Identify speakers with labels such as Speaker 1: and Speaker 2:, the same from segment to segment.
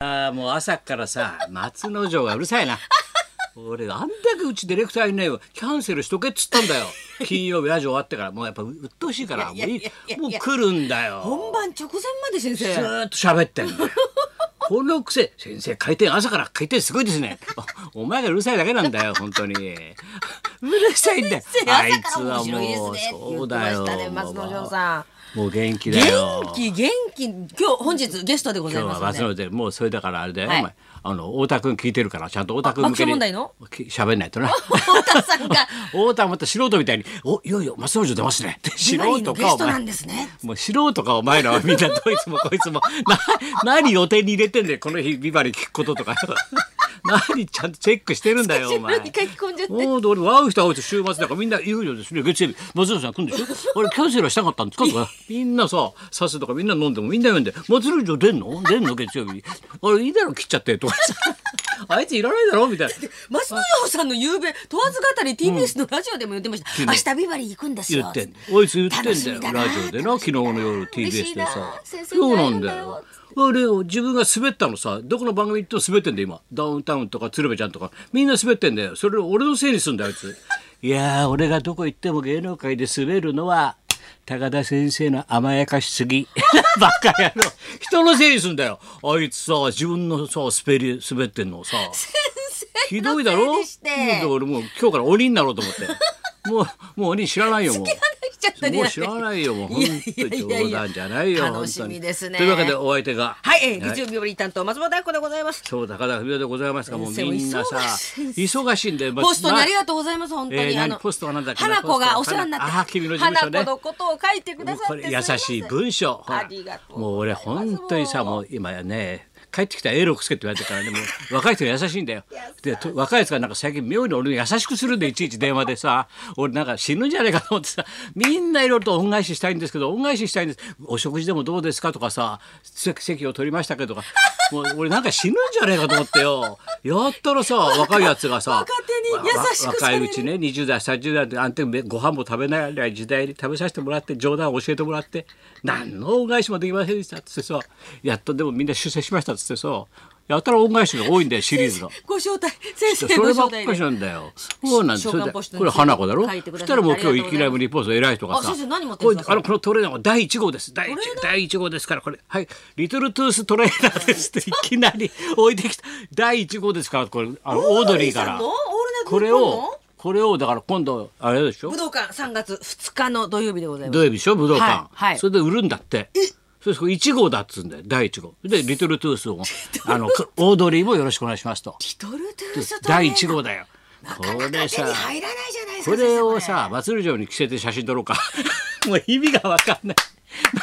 Speaker 1: あーもう朝っからさ松之丞がうるさいな俺あんだけうちディレクターいないよキャンセルしとけっつったんだよ金曜日ラジオ終わってからもうやっぱうっとうしいからもう
Speaker 2: いやいやいやいや
Speaker 1: もう来るんだよ
Speaker 2: 本番直前まで先
Speaker 1: ず
Speaker 2: 生
Speaker 1: ーっと喋ってんだよこのくせ先生回転朝から回転すごいですねあお前がうるさいだけなんだよ本当にうるさいんだよ
Speaker 2: 先生
Speaker 1: あい
Speaker 2: 朝
Speaker 1: つ
Speaker 2: から
Speaker 1: は
Speaker 2: 面白いです
Speaker 1: もう
Speaker 2: ねって
Speaker 1: そ
Speaker 2: 言っ
Speaker 1: う
Speaker 2: て
Speaker 1: だ
Speaker 2: ま
Speaker 1: よ
Speaker 2: したね松之丞さん
Speaker 1: もう元気だよ
Speaker 2: 元気元気今日本日ゲストでござ
Speaker 1: 今日
Speaker 2: い
Speaker 1: は
Speaker 2: ます
Speaker 1: 松
Speaker 2: ので
Speaker 1: 野でもうそれだからあれだよ、
Speaker 2: はい
Speaker 1: お前あの太田君聞いてるからちゃんと太田君向けに
Speaker 2: 爆笑問題の
Speaker 1: き喋んないとな
Speaker 2: 太田さん が
Speaker 1: 太田はまた素人みたいに「おいよいよ松之丞出ますね」って素
Speaker 2: ビバリー
Speaker 1: 人
Speaker 2: のゲ
Speaker 1: か
Speaker 2: ス
Speaker 1: お
Speaker 2: ト な
Speaker 1: 前
Speaker 2: んですね
Speaker 1: もう素人かお前らはみんなどいつもこいつも な何予定に入れてんだよこの日ビバリー聞くこととか 何ちゃんとチェックしてるんだよお
Speaker 2: 自
Speaker 1: 前
Speaker 2: 分に書き込んじゃって
Speaker 1: もう俺会う人は会う人週末だからみんな言うよですね月曜日松之丞さん来るんでしょあれキャンセルはしたかったんですかとかみんなささすとかみんな飲んでもみんな読んで松之丞出んの出んの月曜日あれいいだろ切っちゃってとかさ あいついらないだろみたいな
Speaker 2: 松之丞さんの夕べ問わず語り TBS のラジオでも言ってました、明日ビバリー行くんですよ
Speaker 1: 言ってんおいつ言ってん
Speaker 2: 楽し
Speaker 1: だ
Speaker 2: みだ
Speaker 1: よ
Speaker 2: な
Speaker 1: ラジオでな昨日の夜
Speaker 2: 嬉し
Speaker 1: TBS
Speaker 2: い
Speaker 1: で
Speaker 2: な
Speaker 1: さ
Speaker 2: 先生
Speaker 1: そうなん
Speaker 2: 大
Speaker 1: だよ
Speaker 2: 変だよ
Speaker 1: 俺を自分が滑ったのさどこの番組行っても滑ってんだよ今ダウンタウンとか鶴瓶ちゃんとかみんな滑ってんだよそれを俺のせいにすんだよあいつ いやー俺がどこ行っても芸能界で滑るのは高田先生の甘やかしす ぎバカ野郎人のせいにすんだよあいつさ自分のさ滑り滑ってんのをさひどいだろ
Speaker 2: の
Speaker 1: もう
Speaker 2: せいにして
Speaker 1: だから俺もう今日から鬼になろうと思 って。もうもう鬼知らないよもう。
Speaker 2: 話しちゃったね
Speaker 1: もう知らないよもう本
Speaker 2: いやいや
Speaker 1: 当に
Speaker 2: いや
Speaker 1: 冗
Speaker 2: いや
Speaker 1: 談じゃないよ
Speaker 2: 楽しみですね
Speaker 1: 本当にというわけでお相手が
Speaker 2: はい、えー、月曜日より担当松本明子でございます
Speaker 1: そう高田文夫でございますがもう
Speaker 2: 先生
Speaker 1: みんなさ
Speaker 2: お忙しい
Speaker 1: 忙しいんでま
Speaker 2: ポストにあり
Speaker 1: ま
Speaker 2: がとうございます本当に、
Speaker 1: えー何
Speaker 2: あの
Speaker 1: ポストは何だっけな
Speaker 2: 花子がお世話になって
Speaker 1: ポストはあ君の事務所ね
Speaker 2: 花子のことを書いてくださ
Speaker 1: こ
Speaker 2: って
Speaker 1: れ優しい文章ほら
Speaker 2: ありがとうございます
Speaker 1: もう俺本当にさもう今やね帰ってきたらエロくつけって言われてからねもう若い人に優しいんだ よでと若いやつがなんか最近妙に俺に優しくするんでいちいち電話でさ 俺なんか死ぬんじゃないかと思ってさみんないろいろと恩返ししたいんですけど恩返ししたいんですお食事でもどうですかとかさ席席を取りましたけどとか もう俺なんか死ぬんじゃないかと思ってよやったらさ若いやつがさ
Speaker 2: 若手に優しくされる
Speaker 1: 若いうちね20代30代であんたご飯も食べない時代に食べさせてもらって冗談を教えてもらって何の恩返しもできませんでしたっつってさやっとでもみんな出世しましたっつってさやたら恩返しが多いんだよシリーズ が。
Speaker 2: ご招待先
Speaker 1: そ
Speaker 2: 生ご
Speaker 1: れば
Speaker 2: 招
Speaker 1: っ
Speaker 2: 待
Speaker 1: かし
Speaker 2: で
Speaker 1: なんだよ。そうなんです。それ
Speaker 2: 召
Speaker 1: でこ
Speaker 2: 喚ポストに
Speaker 1: れ花子だろ。
Speaker 2: 書い
Speaker 1: そ
Speaker 2: てく
Speaker 1: し
Speaker 2: ださったて
Speaker 1: らもう今
Speaker 2: あり
Speaker 1: 日
Speaker 2: が
Speaker 1: い
Speaker 2: とうご
Speaker 1: きなり
Speaker 2: ざいます
Speaker 1: リポート偉い人がさ、
Speaker 2: あ先生何持ってるんですか
Speaker 1: これあのこのトレーナーは第一号です。第一
Speaker 2: トレーナー
Speaker 1: 第一号ですからこれはいリトルトゥーストレーナーですっていきなり置いてきた第一号ですからこれあのオードリーか
Speaker 2: オードリーさん
Speaker 1: ら
Speaker 2: のオールナイト
Speaker 1: これ
Speaker 2: ニッポンの
Speaker 1: をこれをだから今度あれでしょ
Speaker 2: 武。道館3月2日の土曜日でございます
Speaker 1: 土曜日でしょ武道館、
Speaker 2: はいはい
Speaker 1: それで売るんだってそれそこ1号だっつうんだよ第1号でリトルトゥー スをあのくオードリーもよろしくお願いしますと
Speaker 2: リトルトゥーストレーナー
Speaker 1: 第1号だよこ
Speaker 2: なかな
Speaker 1: れ
Speaker 2: か手に
Speaker 1: さ
Speaker 2: 入らないじゃないです
Speaker 1: こ
Speaker 2: か
Speaker 1: れをさ松之丞に着せて写真撮ろうか もう意味が分かんない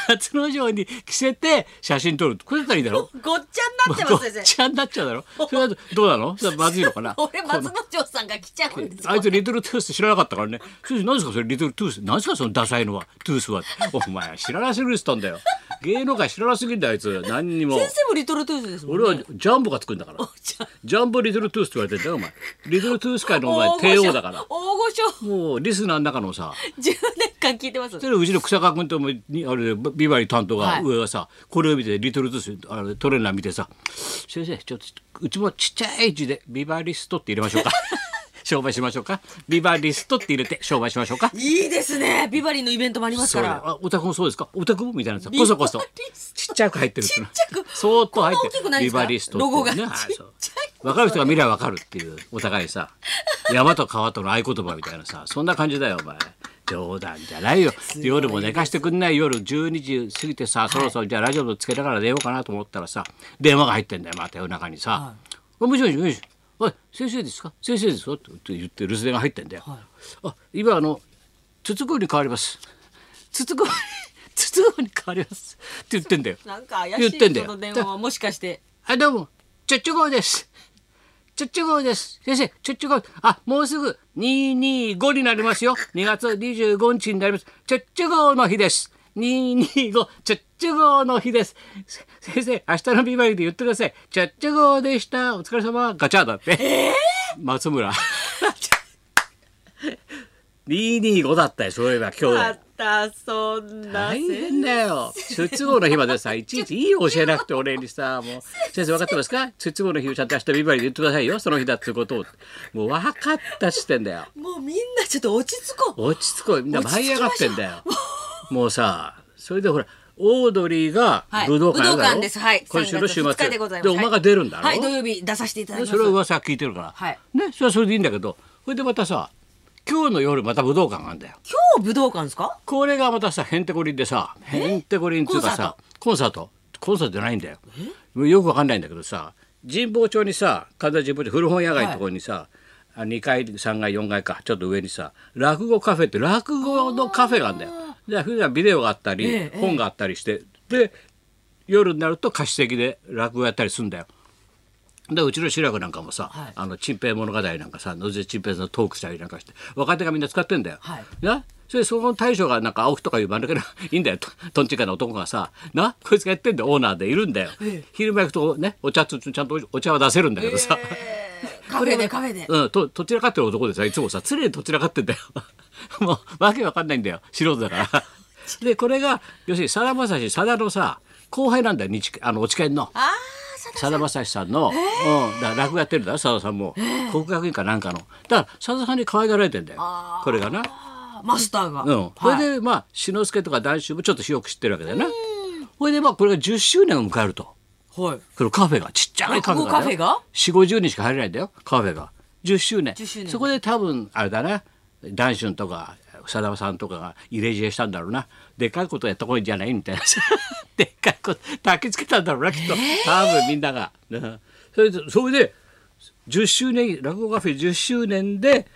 Speaker 1: 松之丞に着せて写真撮るこれだったらいいだ ろ
Speaker 2: 先生これごっちゃになってます
Speaker 1: ごっ
Speaker 2: 先生
Speaker 1: ちゃになっちゃうだろそれだとどうなのそれはまずいのかな
Speaker 2: 俺松之丞さんが来ちゃうんです よ
Speaker 1: あいつリトルトゥース知らなかったからね「先生何ですかそれリトルトゥース何ですかそのダサいのはトゥースは」お前知らなすぎるっつったんだよ芸能界知らなすぎるんだよあいつ何にも
Speaker 2: 先生もリトルトゥースですもん
Speaker 1: 俺はジャンボがつくんだから
Speaker 2: じゃあ
Speaker 1: ジャンボリトルトゥースって言われてんだよお前リトルトゥース界のお 前帝王だから
Speaker 2: 大御所 大御所
Speaker 1: もうリスナーの中のさ
Speaker 2: 10年間聞いてます
Speaker 1: それうちの草川君ともにあれビバリー担当
Speaker 2: は
Speaker 1: が
Speaker 2: い
Speaker 1: 上がさ、これを見てリトルトゥースあのトレーナー見てさ「先生ちょっとうちもちっちゃい字でビバリストって入れま しょうか商売しましょうかビバリストって入れて商売しましょうか」
Speaker 2: いいですねビバリーのイベントもあります
Speaker 1: そ
Speaker 2: か
Speaker 1: うだ
Speaker 2: ら
Speaker 1: よあお宅もそうですかお宅もみたいなさこそこそ
Speaker 2: ビバリスト
Speaker 1: ちっちゃく入ってる
Speaker 2: ちっちゃく
Speaker 1: そーっと入って
Speaker 2: こんな大き
Speaker 1: ビ
Speaker 2: くないですか
Speaker 1: バリストって
Speaker 2: ロゴが
Speaker 1: ねはい
Speaker 2: ちっちゃい
Speaker 1: そう分かる人が見りゃ分かるっていうお互いさ山と川との合言葉みたいなさそんな感じだよお前冗談じゃないよ夜も寝かしてくんない夜12時過ぎてさそろそろじゃあラジオつけながら寝ようかなと思ったらさ電話が入ってんだよまた夜中にさ「もしもしもしもしおい先生ですか先生ですよ」って言って留守電が入ってんだよ。あ今あの筒香に変わります。筒香に筒香に変わりますって言ってんだよ。
Speaker 2: なんか怪
Speaker 1: 言っ
Speaker 2: して
Speaker 1: ん
Speaker 2: い
Speaker 1: だ
Speaker 2: 人
Speaker 1: よ
Speaker 2: の電話はもしかして
Speaker 1: あどうもちょっちょ号です。ちょっちょ号です。先生ちょっちょ号あもうすぐ二二五になりますよ。二月二十五日になります。ちょっちょ号の日です。二二五ちょっちょ号の日です。せ先生明日のビバリーで言ってください。ちょっちょ号でした。お 疲れ様ガチャだって。松村。 225だったよそういえば今
Speaker 2: ま
Speaker 1: 日
Speaker 2: たそんな
Speaker 1: 大
Speaker 2: せ
Speaker 1: 変だよ節分の日までさいちいちいいよ教えなくて俺にさもう先生分かってますか節分の日をちゃんと明日ビバリーで言ってくださいよその日だっていうことをもう分かったしてんだよ
Speaker 2: もうみんなちょっと落ち着こう
Speaker 1: 落ち着こいみんな舞い上がってんだよもうさそれでほらオードリーが
Speaker 2: はい
Speaker 1: 武道館あるだろ
Speaker 2: 武道館ですはい
Speaker 1: 今週の週
Speaker 2: 3月2
Speaker 1: 末
Speaker 2: 日でございます
Speaker 1: でお前が出るんだろ、
Speaker 2: はい土曜日出させていただき
Speaker 1: で
Speaker 2: ます
Speaker 1: それは噂は聞いてるから、
Speaker 2: はい
Speaker 1: ねそれはそれでいいんだけどそれでまたさ今日の夜また武道館があるんだよ
Speaker 2: 今日武道館で すか
Speaker 1: これがまたさへんてこりんでさへんてこりんっていうかさコンサートコンサートじゃないんだよよくわかんないんだけどさ神保町にさ神田神保町古本屋街のところにさ、あ2階3階4階かちょっと上にさ落語カフェって落語のカフェがあるんだよ。で普段ビデオがあったり、
Speaker 2: ええ
Speaker 1: 本があったりしてで夜になると貸し席で落語やったりするんだよ。でうちの志らくなんかもさ、
Speaker 2: はい
Speaker 1: あのチンペイ物語なんかさ野瀬チンペイさんのトークしたりなんかして若手がみんな使ってんだよ。
Speaker 2: はい
Speaker 1: なそれでその大将がなんか青木とかいう真ん中の いいんだよととんちかの男がさなこいつがやってんだよオーナーでいるんだよ、昼間行くとねお茶つちゃんとお茶は出せるんだけどさ、
Speaker 2: カフェでカフェで
Speaker 1: うん、ととちらかってる男でさいつもさ常にとちらかってんだよ もうわけわかんないんだよ素人だから でこれが要するにさだまさしさだのさ後輩なんだよ日あの落研の。
Speaker 2: ああさ
Speaker 1: さだまさしさんの、うん、だから落語やってるんだよさださんも、国学院かなんかのだからさださんに可愛がられてんだよこれがな
Speaker 2: だマスターが
Speaker 1: うん、それ
Speaker 2: はい
Speaker 1: で、まあ志の輔とか談春もちょっとよく知ってるわけだよねそれでまあこれが10周年を迎えると
Speaker 2: はい
Speaker 1: このカフェがちっちゃいカフェが,、ね、
Speaker 2: 落語カフェが
Speaker 1: 4 5 0人しか入れないんだよカフェが10周年
Speaker 2: 10周年
Speaker 1: そこで多分あれだな談春とかさだまさんとかが入れ知恵したんだろうなでっかいことやったこいんじゃないみたいな でっかいこと焚きつけたんだろうなきっと、多分みんなが、うんそれでそれで10周年落語カフェ10周年で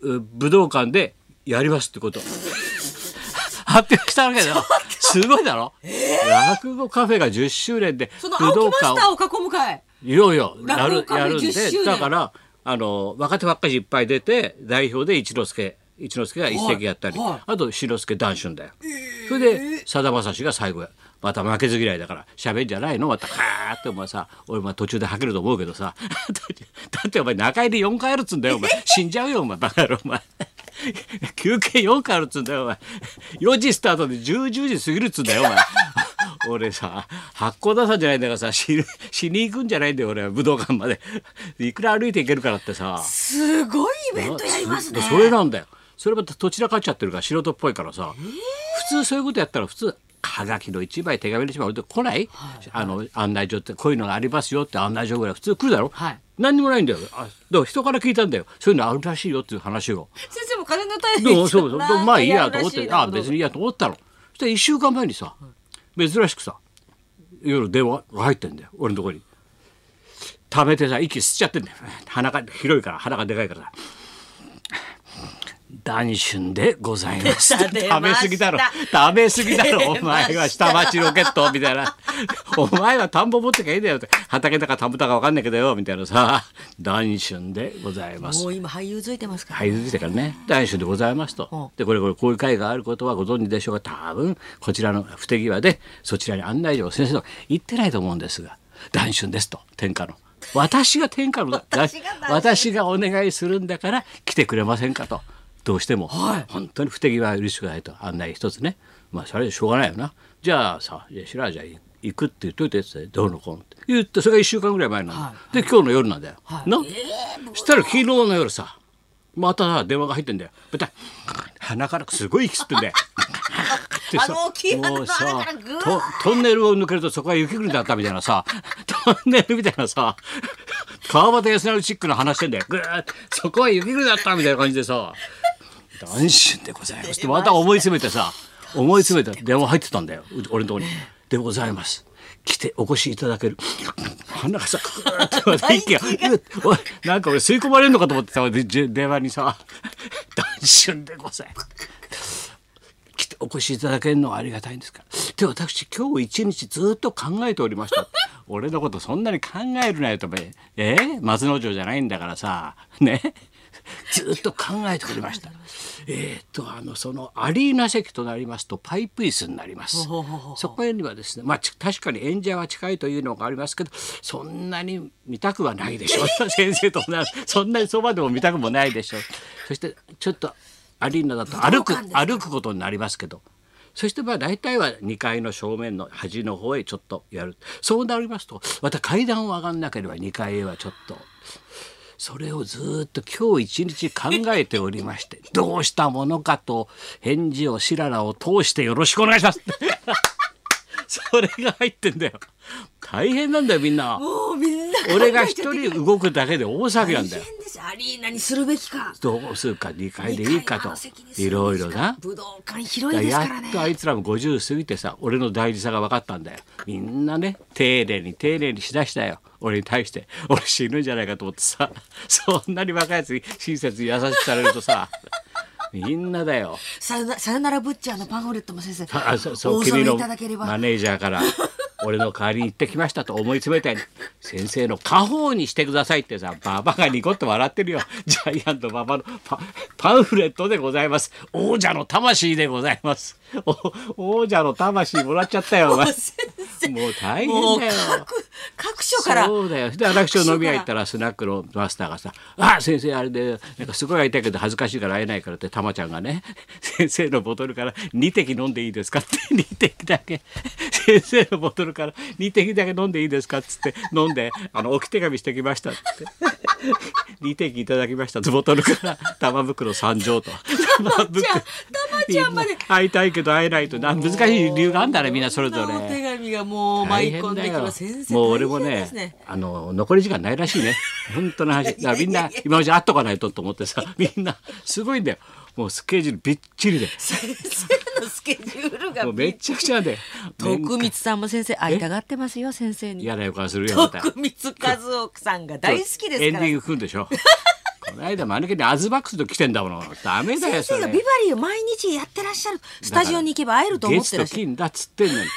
Speaker 1: う武道館でやりますってこと 発表したわけだ よすごいだろ、落語カフェが10周年で
Speaker 2: その青木マスターを囲む会
Speaker 1: いよいよや
Speaker 2: 落語
Speaker 1: る
Speaker 2: カフェ
Speaker 1: やるん
Speaker 2: 10周
Speaker 1: で
Speaker 2: 年
Speaker 1: だからあの若手ばっかりいっぱい出て代表で一之輔一之輔が一席やったり、
Speaker 2: はいはい
Speaker 1: あと志の輔談春だよ、それでさだまさしが最後やまた負けず嫌いだから喋んじゃないのまたカーってお前さ俺まあ途中で吐けると思うけどさ だってお前中入り4回あるっつうんだよお前死んじゃうよお前バカ野郎お前休憩4回あるっつうんだよお前4時スタートで10 10時過ぎるっつうんだよお前 俺さ八甲田山じゃないんだからさ死ぬ死に行くんじゃないんだよ俺は武道館までいくら歩いて行けるからってさ
Speaker 2: すごいイベントやりますね
Speaker 1: それなんだよそれまたどちらかっちゃってるから素人っぽいからさ、普通そういうことやったら普通はがきの一枚手紙の一枚置いてこない、あの案内所ってこういうのがありますよって案内所ぐらい普通来るだろ、
Speaker 2: はい
Speaker 1: 何にもないんだよあだから人から聞いたんだよそういうのあるらしいよっていう話を。
Speaker 2: 先生も風の大
Speaker 1: どう
Speaker 2: 変
Speaker 1: そうそうでもまあいいやと思っ
Speaker 2: なん
Speaker 1: て
Speaker 2: かや
Speaker 1: あ
Speaker 2: るらしいな
Speaker 1: 別にいいやと思ったのそしたら1週間前にさ珍しくさ夜電話が入ってんだよ俺のとこに溜めてさ息吸っちゃってんだよ鼻が広いから鼻がでかいからさ「断春でございます」
Speaker 2: 出
Speaker 1: 食
Speaker 2: ま
Speaker 1: べ
Speaker 2: した
Speaker 1: 過ぎだろ食べ過ぎだろお
Speaker 2: 出ました
Speaker 1: 前は下町ロケットみたいなお前は田んぼ持ってきゃいいんだよって畑だか田んぼだか分かんないけどよみたいなさ「断春でございます」
Speaker 2: もう今俳優づいてますから
Speaker 1: 俳優ですからね「大将でございますと」
Speaker 2: うん
Speaker 1: でこれこれこういう会があることはご存知でしょうが多分こちらの不手際でそちらに案内状を先生と言ってないと思うんですが「大春です」と天下の。私が天下の
Speaker 2: 私が男子
Speaker 1: 私がお願いするんだから来てくれませんかとどうしても、
Speaker 2: はい
Speaker 1: 本当に不手際は許しくないと案内一つねまあそれはしょうがないよなじゃあさいや白らじゃあ行くって言っといてってどうのこうのって言ってそれが1週間ぐらい前なんだ、で今日の夜なんだよ、なしたら昨日の夜さまたさ電話が入ってんだよまた鼻からすごい息吸ってんだよってさ
Speaker 2: あの大きい鼻の穴からぐわー
Speaker 1: とトンネルを抜けるとそこが雪国だったみたいなさトンネルみたいなさ川端康成チックの話してんだよぐーっとそこは雪国だったみたいな感じでさ「男子でございます」ってまた思い詰めてさ思い詰めて電話入ってたんだよう俺のとこに「でございます」来てお越しいただける 鼻がさぐーってまた息がおいなんか俺吸い込まれるのかと思ってさでじ電話にさ 「男子でございます」来てお越しいただけるのはありがたいんですから。で私今日一日ずっと考えておりました。 俺のことそんなに考えるなよとべえー松之丞じゃないんだからさねずっと考えてくれました。えーっとあのそのアリーナ席となりますとパイプ椅子になります
Speaker 2: ほうほうほ。う
Speaker 1: そこにはですね、まあち確かに演者は近いというのがありますけど、そんなに見たくはないでしょ う。先生と同じそんなにそばでも見たくもないでしょう。そしてちょっとアリーナだと歩く
Speaker 2: 武道館ですか
Speaker 1: 歩くことになりますけど。そしてまあ大体は2階の正面の端の方へちょっとやるそうなりますとまた階段を上がんなければ2階へはちょっとそれをずーっと今日一日考えておりましてどうしたものかと返事をしららを通してよろしくお願いしますそれが入ってんだよ大変なんだよみんな
Speaker 2: もうみんな考えちゃって
Speaker 1: 俺が一人動くだけで大騒ぎな
Speaker 2: 大
Speaker 1: んだよ
Speaker 2: 変ですアリーナにするべきか
Speaker 1: どうするか2階でいいかと
Speaker 2: 二階の席にするべきか
Speaker 1: いろいろな。
Speaker 2: 武道館広いですからね
Speaker 1: やっとあいつらも50過ぎてさ俺の大事さが分かったんだよみんなね丁寧に丁寧にしだしたよ俺に対して俺死ぬんじゃないかと思ってさそんなに若いやつに親切に優しくされるとさみんなだよ
Speaker 2: さよなさよならブッチャーのパンフレットも先生
Speaker 1: あそうそう
Speaker 2: お納
Speaker 1: 君
Speaker 2: め
Speaker 1: の
Speaker 2: いただければ
Speaker 1: マネージャーから俺の代わりに行ってきましたと思い詰めたように先生の家宝にしてくださいってさババがニコッと笑ってるよジャイアントババのパパンフレットでございます王者の魂でございますお王者の魂もらっちゃったよお前
Speaker 2: 先生
Speaker 1: もう大変
Speaker 2: もう
Speaker 1: だよ
Speaker 2: 各各所から
Speaker 1: そうだよで私と飲み屋行ったらスナックのマスターがさ「あ先生あれでなんかすごい会いたいけど恥ずかしいから会えないから」ってたまちゃんがね 「先生のボトルから2滴飲んでいいですか?」って2滴 だけ先生のボトルから2滴だけ飲んでいいですかっつって飲んであの置き手紙してきましたって2滴いただきましたってボトルから玉袋3錠と。玉袋
Speaker 2: 玉ちゃんまで
Speaker 1: 会いたいけど会えないとな難しい理由があんだねみんなそれぞれ。
Speaker 2: お手紙がもう舞い込んできます先生
Speaker 1: もう俺も
Speaker 2: 大変で
Speaker 1: ね
Speaker 2: すね
Speaker 1: あの残り時間ないらしい ね本当の話だからみんな今のうち会っとかないとと思 ってさみんなすごいんだよもうスケジュールびっちりで
Speaker 2: 先生のスケジュールが
Speaker 1: もうめちゃくちゃなんだよ
Speaker 2: 徳光さんも先生会いたがってますよ先生に
Speaker 1: 嫌な予感するよまた
Speaker 2: 徳光和夫さんが大好きです
Speaker 1: エンデ
Speaker 2: か
Speaker 1: ィン
Speaker 2: ら
Speaker 1: グ来るんで しょこの間マヌケにアズバックスと来てんだものダメだよ
Speaker 2: 先
Speaker 1: そ
Speaker 2: 生が
Speaker 1: れ
Speaker 2: ビバリーを毎日やってらっしゃるスタジオに行けば会えると思
Speaker 1: ゲ
Speaker 2: っ
Speaker 1: ス
Speaker 2: てら
Speaker 1: と
Speaker 2: っしゃる
Speaker 1: 金だっつってんのに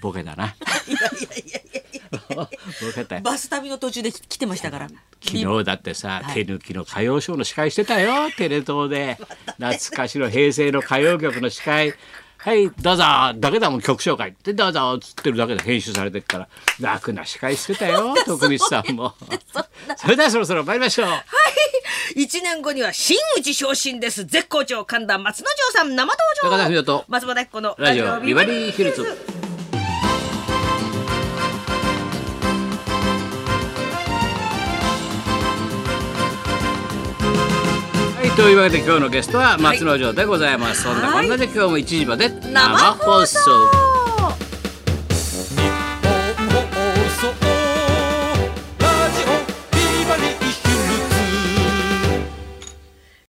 Speaker 1: ボケだな
Speaker 2: いやいやいやいや
Speaker 1: ボケたよ
Speaker 2: バス旅の途中で来てましたから
Speaker 1: 昨日だってさ、
Speaker 2: はい
Speaker 1: 手抜きの歌謡ショーの司会してたよテレ東で懐かしの平成の歌謡曲の司会はいどうぞだけだもん曲紹介でどうぞっつってるだけで編集されてるから楽な司会してたよ徳光さんも それではそろそろ参りましょう
Speaker 2: 一年後には真打ち昇進です絶好調神田松之丞さん生
Speaker 1: 中
Speaker 2: 登
Speaker 1: 田
Speaker 2: 場
Speaker 1: 文夫と
Speaker 2: 松本明子の
Speaker 1: ラジオビバリーヒルズはいというわけで今日のゲストは松之丞でございます、そんなこんなで今日も1時まで生放送